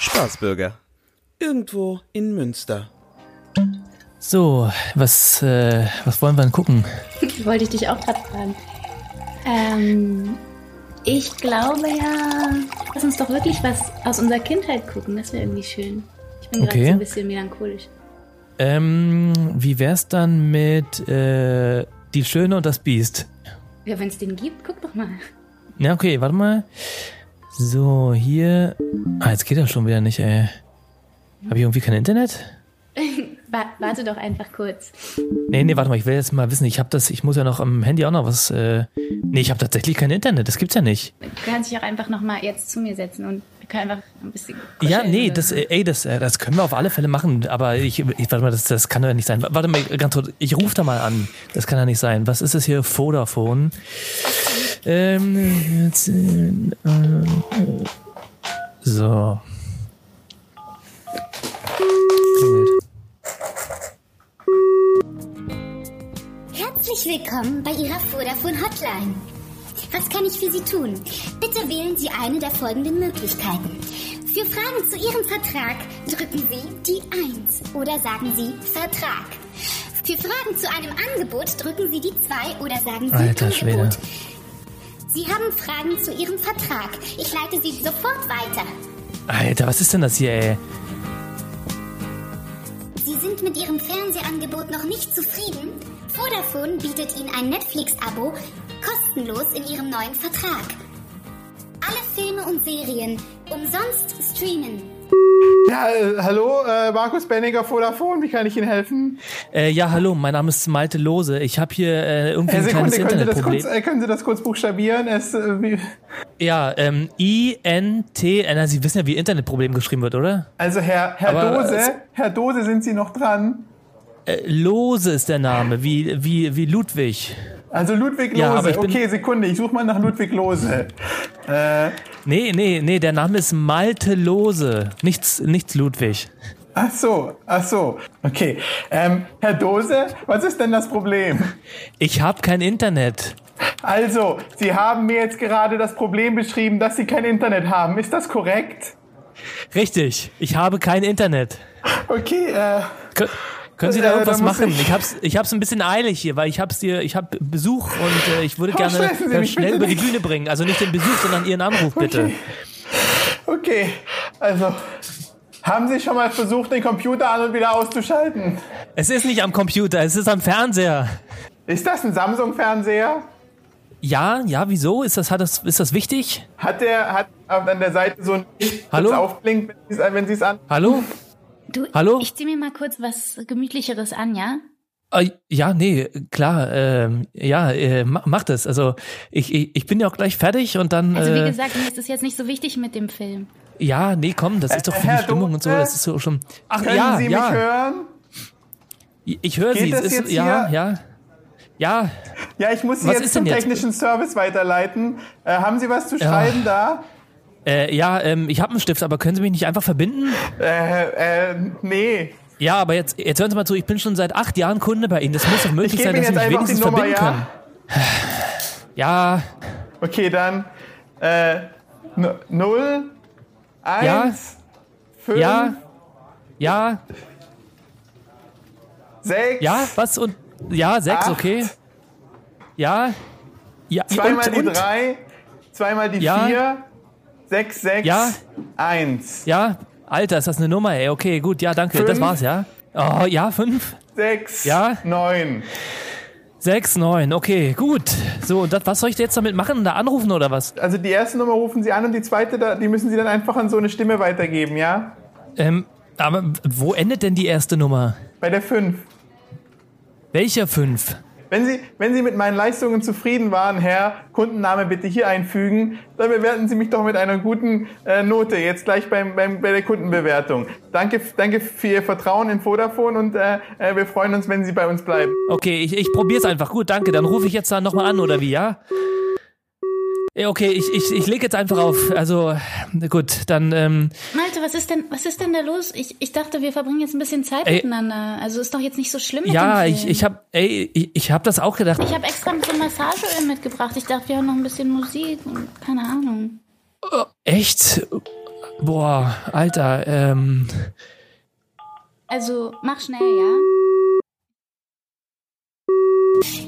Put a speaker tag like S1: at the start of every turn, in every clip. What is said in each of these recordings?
S1: Staatsbürger? Irgendwo in Münster.
S2: So, was, äh, was wollen wir denn gucken?
S3: Wollte ich dich auch gerade fragen. Ähm, ich glaube ja, lass uns doch wirklich was aus unserer Kindheit gucken. Das wäre irgendwie schön. Ich bin gerade
S2: Okay.
S3: so ein bisschen melancholisch.
S2: Ähm, wie wär's dann mit äh, Die Schöne und das Biest?
S3: Ja, wenn es den gibt, guck doch mal.
S2: Ja, okay, warte mal. So, hier. Ah, jetzt geht das schon wieder nicht, ey. Hab ich irgendwie kein Internet?
S3: Wa- Warte doch einfach kurz.
S2: Nee, nee, warte mal, ich will jetzt mal wissen, ich hab das, ich muss ja noch am Handy auch noch was. Äh, nee, ich habe tatsächlich kein Internet, das gibt's ja nicht.
S3: Du kannst dich auch einfach nochmal jetzt zu mir setzen und wir können einfach ein bisschen.
S2: Ja,
S3: kuscheln
S2: nee,
S3: oder
S2: das,
S3: so.
S2: äh, ey, das, äh, das können wir auf alle Fälle machen, aber ich, ich warte mal, das, das kann doch nicht sein. Warte mal, ganz kurz, ich rufe da mal an. Das kann ja nicht sein. Was ist das hier? Vodafone. Ähm, jetzt, äh, äh, so. Klingelt.
S4: Herzlich willkommen bei Ihrer Vodafone Hotline. Was kann ich für Sie tun? Bitte wählen Sie eine der folgenden Möglichkeiten. Für Fragen zu Ihrem Vertrag drücken Sie die 1 oder sagen Sie Vertrag. Für Fragen zu einem Angebot drücken Sie die 2 oder sagen Sie
S2: Alter Schwede.
S4: Angebot. Sie haben Fragen zu Ihrem Vertrag. Ich leite Sie sofort weiter.
S2: Alter, was ist denn das hier, ey?
S4: Sie sind mit Ihrem Fernsehangebot noch nicht zufrieden? Vodafone bietet Ihnen ein Netflix-Abo kostenlos in Ihrem neuen Vertrag. Alle Filme und Serien umsonst streamen.
S5: Ja, äh, hallo, äh, Markus Benninger, Vodafone, wie kann ich Ihnen helfen?
S2: Äh, ja, hallo, mein Name ist Malte Lose. Ich habe hier äh, irgendwie
S5: Äh,
S2: ein kleines
S5: Sekunde, können Sie, das kurz,
S2: Internetproblem.
S5: äh, können Sie das kurz buchstabieren? Es, äh, wie,
S2: Ja, ähm, I-N-T, äh, na, Sie wissen ja, wie Internetproblem geschrieben wird, oder?
S5: also, Herr, Herr
S2: Aber,
S5: Dose,
S2: äh,
S5: Herr Dose, sind Sie noch dran?
S2: Lose ist der Name, wie, wie, wie Ludwig.
S5: Also, Ludwig Lose.
S2: Ja, aber ich bin-
S5: okay, Sekunde, ich suche mal nach Ludwig Lose. Äh,
S2: Nee, nee, nee, der Name ist Malte Lose. Nichts, nichts Ludwig.
S5: ach so, ach so. Okay. Ähm, Herr Dose, was ist denn das Problem?
S2: Ich habe kein Internet.
S5: Also, Sie haben mir jetzt gerade das Problem beschrieben, dass Sie kein Internet haben. Ist das korrekt?
S2: Richtig, ich habe kein Internet.
S5: Okay, äh,
S2: Kö- können Sie
S5: Äh,
S2: da
S5: da
S2: irgendwas
S5: muss
S2: machen?
S5: ich-
S2: Ich hab's, ich hab's ein bisschen eilig hier, weil ich hab's dir, ich hab Besuch und äh, ich würde
S5: Oh,
S2: gerne
S5: schmeißen Sie
S2: ganz
S5: mich
S2: schnell
S5: bitte
S2: über die
S5: nicht.
S2: Bühne bringen. Also nicht den Besuch, sondern Ihren Anruf bitte.
S5: okay. Also, haben Sie schon mal versucht, den Computer an und wieder auszuschalten?
S2: Es ist nicht am Computer, es ist am Fernseher.
S5: Ist das ein Samsung-Fernseher?
S2: Ja, ja, wieso? Ist das, hat das, ist das wichtig?
S5: Hat der hat an der Seite so ein Licht,
S2: Hallo?
S5: das aufblinkt, wenn Sie es- wenn Sie es an.
S2: Hallo?
S3: Du,
S2: äh, Hallo?
S3: Ich zieh mir mal kurz was Gemütlicheres an, ja?
S2: Äh, ja, nee, klar, ähm, ja, äh, ma- mach das. Also ich, ich, ich bin ja auch gleich fertig und dann.
S3: Also, wie
S2: äh,
S3: gesagt, mir ist es jetzt nicht so wichtig mit dem Film.
S2: ja, nee, komm, das ist doch für
S5: Herr
S2: die Stimmung und so.
S5: Dose?
S2: Das ist so schon. Ach
S5: Können
S2: ja,
S5: Sie mich
S2: ja,
S5: hören?
S2: ich höre
S5: Geht
S2: sie.
S5: das
S2: Es ist,
S5: jetzt
S2: ja,
S5: hier?
S2: ja, ja.
S5: Ja, ich muss Sie
S2: Was
S5: jetzt
S2: ist
S5: zum
S2: denn jetzt?
S5: technischen Service weiterleiten. Äh, haben Sie was zu schreiben da?
S2: Äh, ja, ähm, ich habe einen Stift, aber können Sie mich nicht einfach verbinden?
S5: Äh, äh, nee.
S2: Ja, aber jetzt, jetzt hören Sie mal zu, ich bin schon seit acht Jahren Kunde bei Ihnen. Das muss doch möglich
S5: gebe
S2: sein, dass
S5: Ihnen
S2: Sie mich
S5: jetzt einfach die
S2: wenigstens
S5: Nummer,
S2: verbinden können. Ja,
S5: ja? Okay, dann äh, 0, 1,
S2: Ja?
S5: 5,
S2: ja, ja,
S5: 6,
S2: ja, was und ja, sechs,
S5: Acht.
S2: okay. Ja, ja,
S5: zweimal
S2: und,
S5: die
S2: und?
S5: 3, zweimal die
S2: Ja.
S5: 4, 6, 6,
S2: Ja.
S5: 1,
S2: Ja, Alter, ist das eine Nummer, ey. Okay, gut, ja, danke. Das
S5: Fünf.
S2: war's, ja? Oh, ja, fünf,
S5: 6,
S2: Ja?
S5: 9.
S2: sechs, neun. Okay, gut. So, und das, was soll ich jetzt damit machen? Da anrufen oder was?
S5: Also die erste Nummer rufen Sie an und die zweite, da- die müssen Sie dann einfach an so eine Stimme weitergeben, ja?
S2: Ähm, aber wo endet denn die erste Nummer?
S5: Bei der 5.
S2: Welcher fünf?
S5: Wenn Sie, wenn Sie mit meinen Leistungen zufrieden waren, Herr, Kundenname bitte hier einfügen, dann bewerten Sie mich doch mit einer guten äh, Note, jetzt gleich beim, beim, bei der Kundenbewertung. Danke, danke für Ihr Vertrauen in Vodafone und äh, äh, wir freuen uns, wenn Sie bei uns bleiben.
S2: Okay, ich, ich probier's einfach. Gut, danke. Dann rufe ich jetzt da nochmal an, oder wie, ja? Ja, Okay, ich, ich, ich leg jetzt einfach auf. Also, gut, dann, ähm,
S3: Malte, was ist denn, was ist denn da los? Ich, ich dachte, wir verbringen jetzt ein bisschen Zeit
S2: Ey.
S3: miteinander. Also ist doch jetzt nicht so schlimm mit
S2: ja,
S3: dem
S2: ich,
S3: Film.
S2: ich hab, ey, ich, ich hab das auch gedacht.
S3: Ich habe extra ein bisschen Massageöl mitgebracht. Ich dachte, wir haben noch ein bisschen Musik und keine Ahnung.
S2: Echt? Boah, Alter, ähm,
S3: Also mach schnell, ja?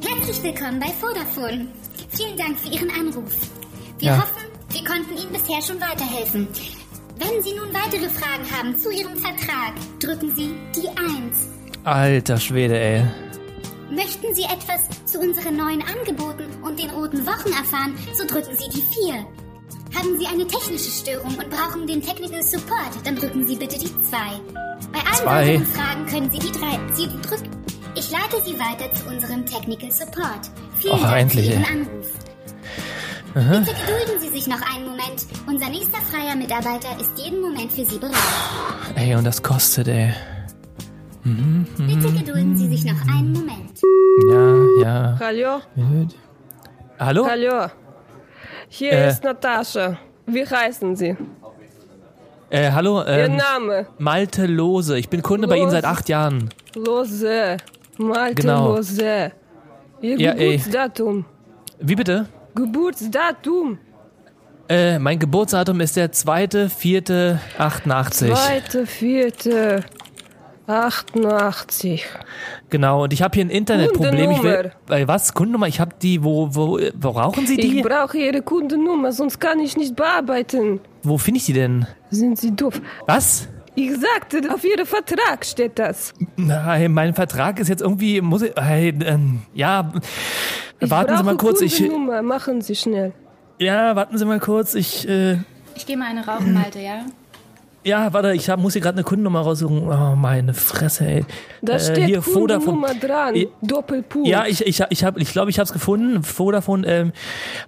S4: Herzlich willkommen bei Vodafone. Vielen Dank für Ihren Anruf. Wir
S2: Ja.
S4: hoffen, wir konnten Ihnen bisher schon weiterhelfen. Wenn Sie nun weitere Fragen haben zu Ihrem Vertrag, drücken Sie die 1.
S2: alter Schwede, ey.
S4: Möchten Sie etwas zu unseren neuen Angeboten und den roten Wochen erfahren, so drücken Sie die 4. Haben Sie eine technische Störung und brauchen den Technical Support, dann drücken Sie bitte die 2. Bei allen
S2: Zwei.
S4: weiteren Fragen können Sie die 3. Sie drücken. Ich leite Sie weiter zu unserem Technical Support. Vielen
S2: Och,
S4: Dank
S2: endlich,
S4: für Ihren
S2: ey.
S4: Anruf. Bitte gedulden Sie sich noch einen Moment. Unser nächster freier Mitarbeiter ist jeden Moment für Sie bereit.
S2: Ey, und das kostet, ey. Mhm.
S4: Bitte gedulden Sie sich noch einen Moment.
S2: Ja, ja.
S6: Hallo,
S2: Gut. Hallo?
S6: hallo. Hier
S2: Äh.
S6: ist Natascha. Wie heißen Sie?
S2: Äh, hallo,
S6: Ihr
S2: ähm,
S6: Name?
S2: Malte Lose. Ich bin Kunde bei Ihnen seit
S6: Genau. Lose.
S2: acht Jahren.
S6: Lose. Malte
S2: Genau.
S6: Lose. Ihr
S2: Ja, ey.
S6: Geburtsdatum.
S2: Wie bitte?
S6: Geburtsdatum.
S2: Äh, mein Geburtsdatum ist der 2.4.88.
S6: 2.4. 88.
S2: Genau, und ich habe hier ein Internetproblem. Ich will,
S6: Kundennummer.
S2: äh, was? Kundennummer? Ich habe die, wo, wo, äh, wo rauchen Sie
S6: Ich
S2: die?
S6: brauche Ihre Kundennummer, sonst kann ich nicht bearbeiten.
S2: Wo finde ich die denn?
S6: Sind Sie doof?
S2: Was?
S6: Ich sagte, auf Ihrem Vertrag steht das.
S2: Nein, mein Vertrag ist jetzt irgendwie, muss ich, äh, ähm, ja,
S6: Ich
S2: warten Sie
S6: brauche
S2: mal kurz, ich,
S6: Kundennummer, machen Sie schnell.
S2: ja, warten Sie mal kurz, ich, äh,
S3: Ich gehe mal eine rauchen, Malte, ja?
S2: ja, warte, ich hab, muss hier gerade eine Kundennummer raussuchen. Oh, meine Fresse, ey.
S6: Da
S2: Äh,
S6: steht
S2: hier, Vodafone.
S6: Kundennummer dran.
S2: Ja.
S6: Doppelpunkt.
S2: Ja, ich, ich, ich glaube, ich, glaub, ich habe es gefunden. Vodafone, ähm,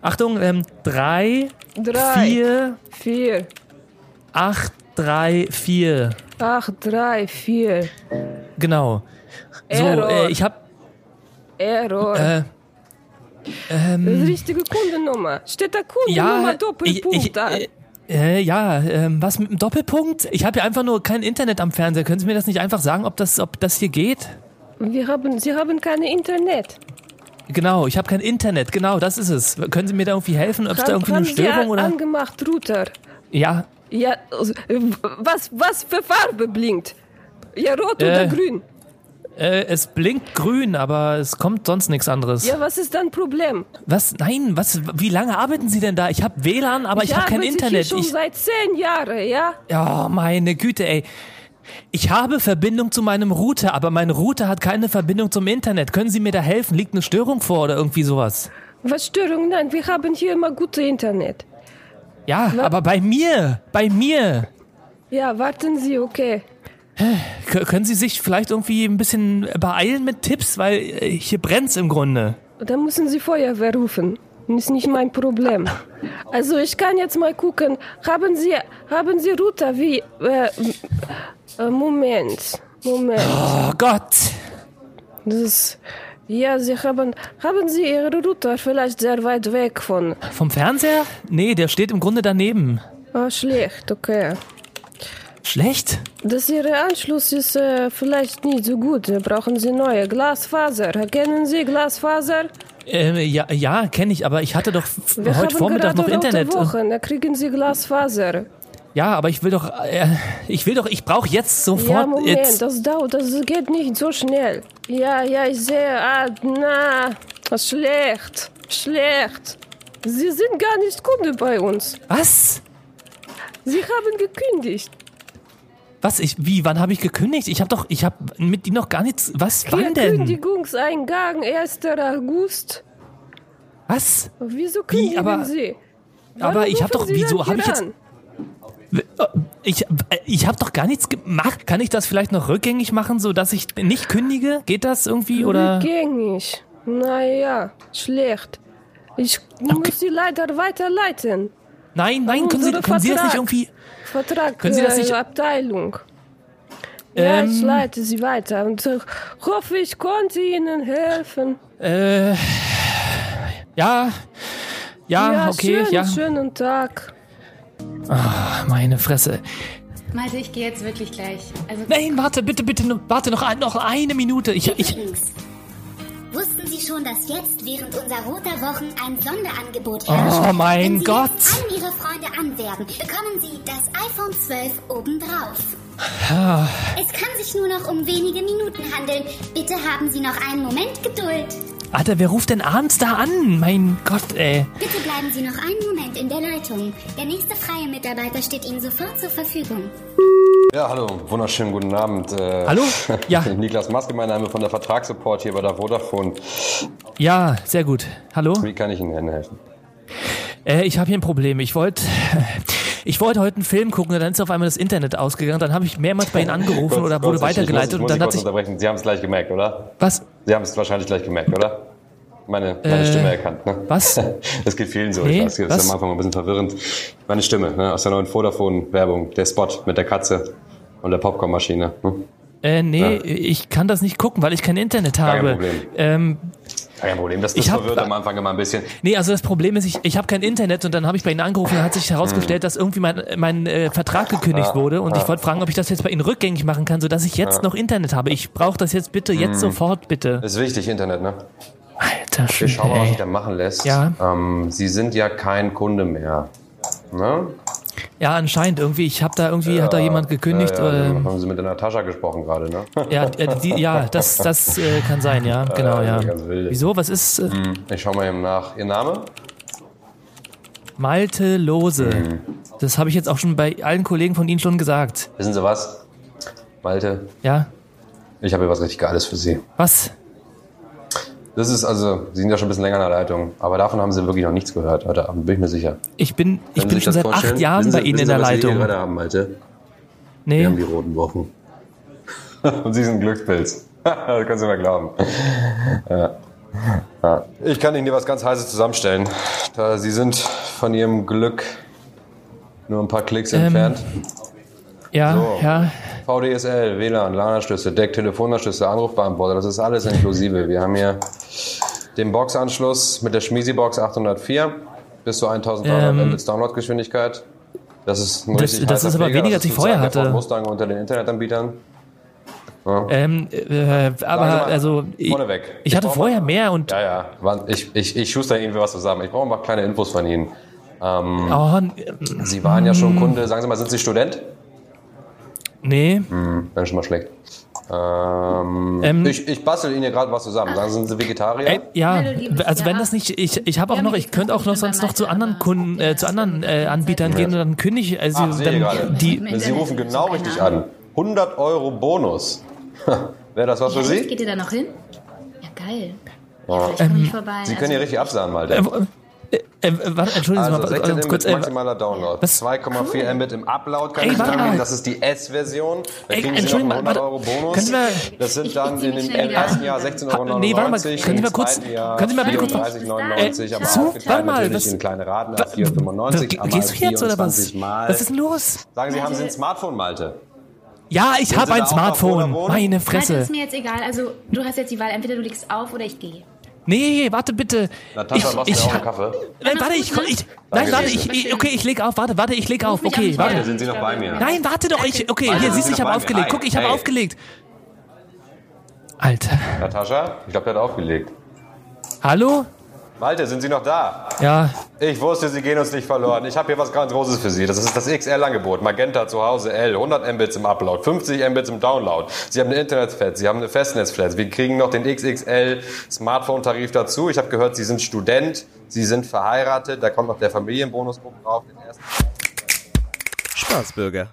S2: Achtung, ähm, 3,
S6: Drei.
S2: 4,
S6: Vier.
S2: 8, 3, 4.
S6: Acht, drei, vier.
S2: Genau. So,
S6: Error.
S2: äh, ich habe,
S6: Error.
S2: äh, ähm,
S6: das ist richtige Kundennummer. Steht da Kundennummer
S2: ja, ich,
S6: Doppelpunkt
S2: ich,
S6: da.
S2: äh, äh, ja, ähm, was mit dem Doppelpunkt? Ich habe ja einfach nur kein Internet am Fernseher. Können Sie mir das nicht einfach sagen, ob das, ob das hier geht?
S6: Wir haben, Sie haben keine Internet.
S2: Genau, ich habe kein Internet. Genau, das ist es. Können Sie mir da irgendwie helfen? Ob es da
S6: Haben-
S2: irgendwie eine
S6: haben Sie
S2: Störung
S6: a-
S2: oder?
S6: angemacht Router?
S2: Ja,
S6: Ja, also, äh, was, was für Farbe blinkt? Ja, rot
S2: Äh.
S6: oder grün?
S2: äh, es blinkt grün, aber es kommt sonst nichts anderes.
S6: Ja, was ist dein Problem?
S2: Was? Nein, was? Wie lange arbeiten Sie denn da? Ich habe WLAN, aber ich
S6: ja,
S2: habe kein
S6: Hier
S2: Internet.
S6: schon
S2: Ich,
S6: seit zehn Jahren, ja?
S2: oh, meine Güte, ey. Ich habe Verbindung zu meinem Router, aber mein Router hat keine Verbindung zum Internet. Können Sie mir da helfen? Liegt eine Störung vor oder irgendwie sowas?
S6: Was Störung? Nein, wir haben hier immer gute Internet.
S2: Ja, aber bei mir, bei mir.
S6: Ja, warten Sie, okay.
S2: K können Sie sich vielleicht irgendwie ein bisschen beeilen mit Tipps, weil äh, hier brennt's im Grunde.
S6: Dann müssen Sie Feuerwehr rufen. Ist nicht mein Problem. Also ich kann jetzt mal gucken. Haben Sie, haben Sie Router wie? Äh, äh, Moment, Moment.
S2: Oh Gott.
S6: Das ist, ja, Sie haben, haben Sie Ihre Router vielleicht sehr weit weg von?
S2: Vom Fernseher? Nee, der steht im Grunde daneben.
S6: Ah, schlecht, okay.
S2: Schlecht?
S6: Das Ihre Anschluss ist äh, vielleicht nicht so gut. Wir brauchen Sie neue Glasfaser. Kennen Sie Glasfaser?
S2: Ähm, ja, ja kenne ich, aber ich hatte doch f-
S6: Wir
S2: heute
S6: haben
S2: Vormittag
S6: gerade
S2: noch
S6: rote
S2: Internet. und-
S6: Wochen. Da kriegen Sie Glasfaser.
S2: Ja, aber ich will doch, äh, ich will doch, ich brauche jetzt sofort
S6: Ja, Moment,
S2: jetzt.
S6: das dauert, das geht nicht so schnell. Ja, ja, ich sehe, ah, na, das ist schlecht, schlecht. Sie sind gar nicht Kunde bei uns.
S2: Was?
S6: Sie haben gekündigt.
S2: Was? Ich, wie? Wann habe ich gekündigt? Ich habe doch, ich habe mit Ihnen noch gar nichts. Was? Wann denn?
S6: Kündigungseingang 1. August.
S2: Was?
S6: Wieso kündigen
S2: aber-
S6: Sie?
S2: aber ich hab
S6: rufen
S2: doch-
S6: Sie
S2: wieso
S6: dann
S2: hab ich
S6: hier
S2: jetzt-
S6: an?
S2: W- äh, Ich, äh, ich habe doch gar nichts gemacht. Kann ich das vielleicht noch rückgängig machen, so dass ich nicht kündige? Geht das irgendwie oder?
S6: Rückgängig. Naja, schlecht. Ich muss Sie leider weiterleiten.
S2: Nein, nein, können Sie,
S6: Unsere
S2: können Sie das nicht
S6: Vertrag.
S2: irgendwie?
S6: Vertrag
S2: Können Sie das nicht-
S6: äh, Abteilung. Ja, ich
S2: Ähm.
S6: leite Sie weiter und äh, hoffe, ich konnte Ihnen helfen.
S2: Äh, ja, ja, Ah, okay,
S6: schönen,
S2: ja.
S6: schönen Tag.
S2: Meine Fresse.
S3: Malte, ich gehe jetzt wirklich gleich. Also,
S2: Nein, warte, bitte, bitte, noch- warte noch, ein- noch eine Minute. Ich, ich,
S4: Übrigens, Wussten Sie schon, dass jetzt während unserer roter Wochen ein Sonderangebot herrscht?
S2: Oh mein
S4: Wenn Sie
S2: Gott.
S4: Jetzt allen Ihre Freunde anwerben, bekommen Sie das iPhone 12 obendrauf.
S2: ah.
S4: Es kann sich nur noch um wenige Minuten handeln. Bitte haben Sie noch einen Moment Geduld.
S2: Alter, wer ruft denn abends da an? Mein Gott, ey.
S4: Bitte bleiben Sie noch einen Moment in der Leitung. Der nächste freie Mitarbeiter steht Ihnen sofort zur Verfügung.
S7: Ja, hallo, wunderschönen guten Abend. Äh,
S2: Hallo? Ja.
S7: Niklas Maske, mein Name von der Vertragssupport hier bei der Vodafone.
S2: Ja, sehr gut. Hallo?
S7: Wie kann ich Ihnen helfen?
S2: Äh, ich habe hier ein Problem. Ich wollte ich wollte heute einen Film gucken und dann ist auf einmal das Internet ausgegangen. Dann habe ich mehrmals bei Ihnen
S7: Oh,
S2: angerufen
S7: Kurz-
S2: oder
S7: kurz,
S2: wurde
S7: ich- ich
S2: weitergeleitet
S7: muss, ich muss
S2: und dann hat
S7: Sie
S2: sich
S7: kurz unterbrechen. Sie haben es gleich gemerkt, oder?
S2: was
S7: Sie haben es wahrscheinlich gleich gemerkt, oder? Meine, meine
S2: Äh,
S7: Stimme erkannt, ne?
S2: was?
S7: Das geht vielen so,
S2: Nee,
S7: ich weiß, das
S2: was?
S7: ist am Anfang mal ein bisschen verwirrend. Meine Stimme, ne? aus der neuen Vodafone-Werbung, der Spot mit der Katze und der Popcornmaschine. Hm?
S2: Äh, nee,
S7: Ja.
S2: ich kann das nicht gucken, weil ich kein Internet habe.
S7: kein Problem.
S2: Ähm,
S7: Kein Problem, das, das
S2: Ich hab-
S7: verwirrt am Anfang immer ein bisschen.
S2: nee, also das Problem ist, ich, ich habe kein Internet und dann habe ich bei Ihnen angerufen und hat sich
S7: Hm.
S2: herausgestellt, dass irgendwie mein, mein äh, Vertrag gekündigt
S7: Ah,
S2: wurde und ich wollte fragen, ob ich das jetzt bei Ihnen rückgängig machen kann, sodass ich jetzt noch Internet habe. Ich brauche das jetzt bitte,
S7: Hm.
S2: jetzt sofort, bitte.
S7: Ist wichtig, Internet, ne?
S2: Alter
S7: Wir schauen mal, was sich
S2: Schwede,
S7: da
S2: ey.
S7: machen lässt.
S2: Ja.
S7: Ähm, Sie sind ja kein Kunde mehr. Ne?
S2: Ja, anscheinend irgendwie, ich habe da irgendwie, hat da jemand gekündigt.
S7: Ja, genau. ja,
S2: ähm,
S7: haben Sie mit der Natascha gesprochen gerade, ne?
S2: Ja, äh, die, ja das, das äh, kann sein, ja, genau,
S7: das
S2: ja.
S7: ist ganz Ah, wild. Hm.
S2: Wieso, was ist äh,
S7: Ich schau mal eben nach. Ihr Name?
S2: Malte Lose?
S7: Hm.
S2: Das habe ich jetzt auch schon bei allen Kollegen von Ihnen schon gesagt,
S7: Wissen Sie was? Malte,
S2: ja.
S7: ich habe hier was richtig Geiles für Sie.
S2: Was?
S7: Das ist also, Sie sind ja schon ein bisschen länger in der Leitung, aber davon haben Sie wirklich noch nichts gehört heute Abend, bin ich mir sicher.
S2: Ich bin, ich bin
S7: Können Sie sich
S2: schon
S7: das
S2: seit
S7: vorstellen?
S2: acht Jahren
S7: Wissen
S2: bei
S7: Sie-
S2: Ihnen
S7: wissen
S2: in
S7: Sie,
S2: der
S7: was Sie hier gerade
S2: Leitung.
S7: haben, Malte. Wir
S2: Nee,
S7: haben die roten Wochen. Und Sie sind ein Glückspilz. das kannst du mal glauben. Ja. Ja. Ich kann Ihnen hier was ganz Heißes zusammenstellen. Da Sie sind von Ihrem Glück nur ein paar Klicks
S2: Ähm.
S7: entfernt.
S2: ja,
S7: So.
S2: ja.
S7: VDSL, WLAN, LAN-Anschlüsse, Deck, Telefonanschlüsse, Anrufbeantworter, das ist alles inklusive. Wir haben hier den Boxanschluss mit der Schmiesi-Box 804 bis zu 1300
S2: Ähm.
S7: Mbits Download-Geschwindigkeit. Das ist ein
S2: Das-
S7: richtig
S2: das
S7: heißer
S2: ist aber
S7: Pfleger.
S2: weniger,
S7: Das
S2: als ich
S7: ist
S2: vorher
S7: sozusagen der
S2: hatte.
S7: Ford Mustang unter den Internetanbietern.
S2: Ähm, äh, aber
S7: mal,
S2: also, ich,
S7: vorneweg.
S2: ich hatte
S7: Ich brauch
S2: vorher mehr und,
S7: Ja, ja, wann- ich, ich, ich schuster irgendwie was zusammen. Ich brauche mal kleine Infos von Ihnen.
S2: oh, n-
S7: Sie waren ja
S2: Mm.
S7: schon Kunde, sagen Sie mal, sind Sie Student?
S2: nee,
S7: Hm, dann ist schon mal schlecht. Ähm,
S2: Ähm.
S7: ich, ich bastel Ihnen hier gerade was zusammen. Sagen Sie, sind Sie Vegetarier?
S2: Äh, ja,
S3: Hallo, liebes
S2: also wenn
S3: Jahr.
S2: das nicht, ich, ich habe auch
S3: Ja,
S2: noch,
S3: mir
S2: ich
S3: geht's
S2: könnte auch
S3: ganz
S2: noch
S3: gut
S2: sonst
S3: bei
S2: noch zu
S3: meiner
S2: anderen
S3: Seite.
S2: Kunden, äh, zu anderen äh, Anbietern gehen und dann kündige ich, also
S7: Ah, sehe gerade.
S2: dann die,
S3: Im
S7: Sie
S3: Internet
S7: rufen
S3: gibt es
S7: genau
S3: keine
S7: richtig
S3: Ahnung.
S7: an. 100 Euro Bonus. Wäre das was für
S3: Ehrlich?
S7: Sie?
S3: Geht ihr da noch hin? Ja, geil. Ja, vielleicht komm ich vorbei.
S7: Sie können hier richtig absahen,
S2: äh,
S7: Malte.
S2: äh, äh, warte, entschuldigen
S7: Also
S2: Sie mal,
S7: 16
S2: ganz kurz,
S7: Mbit
S2: äh,
S7: maximaler Download.
S2: was? Hm.
S7: 2,4 Mbit im Upload kann
S2: Ey,
S7: ich Ihnen
S2: warte mal.
S7: anbieten. Das ist die S-Version. Da
S2: Ey,
S7: kriegen Sie noch einen
S2: Entschuldigung,
S7: 100
S2: warte.
S7: Euro Bonus.
S2: Können wir-
S7: Das sind dann
S3: zieh
S7: in
S3: mich
S7: dem
S3: schnell wieder
S7: ersten
S3: an.
S7: Jahr 16,99 Euro.
S2: Nee, warte mal, können Sie mal kurz- können Sie mal bitte kurz-
S7: 34,99
S3: Äh,
S7: aber
S3: so,
S2: warte
S7: aufgeteilt
S2: mal,
S7: natürlich
S2: was-
S7: in kleine Raten.
S2: Wa-
S7: 4,95
S2: wa- Gehst du jetzt oder was?
S7: Mal.
S2: Was ist denn los?
S7: Sagen Sie, haben Sie ein Smartphone, Malte?
S2: Ja, ich habe
S7: Sie da
S2: ein
S7: auch noch
S2: Smartphone.
S7: Vodafone wohnen?
S2: Meine
S8: Nein, das
S2: Fresse.
S8: ist mir jetzt egal. Also, du hast jetzt die Wahl. Entweder du legst auf oder ich gehe.
S2: Nee, warte bitte.
S7: Natascha,
S2: ich,
S7: machst du
S2: ich,
S7: dir auch einen Kaffee?
S2: Nein, warte, ich, ich Nein,
S7: Danke,
S2: warte,
S7: Lise.
S2: ich, ich okay, ich leg auf. Warte, warte, ich leg auf.
S8: mich auch
S2: Okay,
S8: nicht
S7: Da
S2: warte.
S8: an.
S7: sind Sie noch bei mir.
S2: Nein, warte doch, ich okay,
S7: Warte,
S2: hier
S7: Sie
S2: siehst du,
S7: sind
S2: ich habe
S7: dabei.
S2: aufgelegt. Guck, ich habe
S7: Hey.
S2: aufgelegt. Alter.
S7: Natascha, ich glaube, der hat aufgelegt.
S2: Hallo?
S7: Malte, sind Sie noch da?
S2: Ja.
S7: Ich wusste, Sie gehen uns nicht verloren. Ich habe hier was ganz Großes für Sie. Das ist das XL-Angebot. Magenta zu Hause L. 100 Mbits im Upload, 50 Mbits im Download. Sie haben eine Internetflat, Sie haben eine Festnetzflat. Wir kriegen noch den XXL-Smartphone-Tarif dazu. Ich habe gehört, Sie sind Student, Sie sind verheiratet. Da kommt noch der Familienbonus oben drauf. Den ersten
S1: Spaßbürger.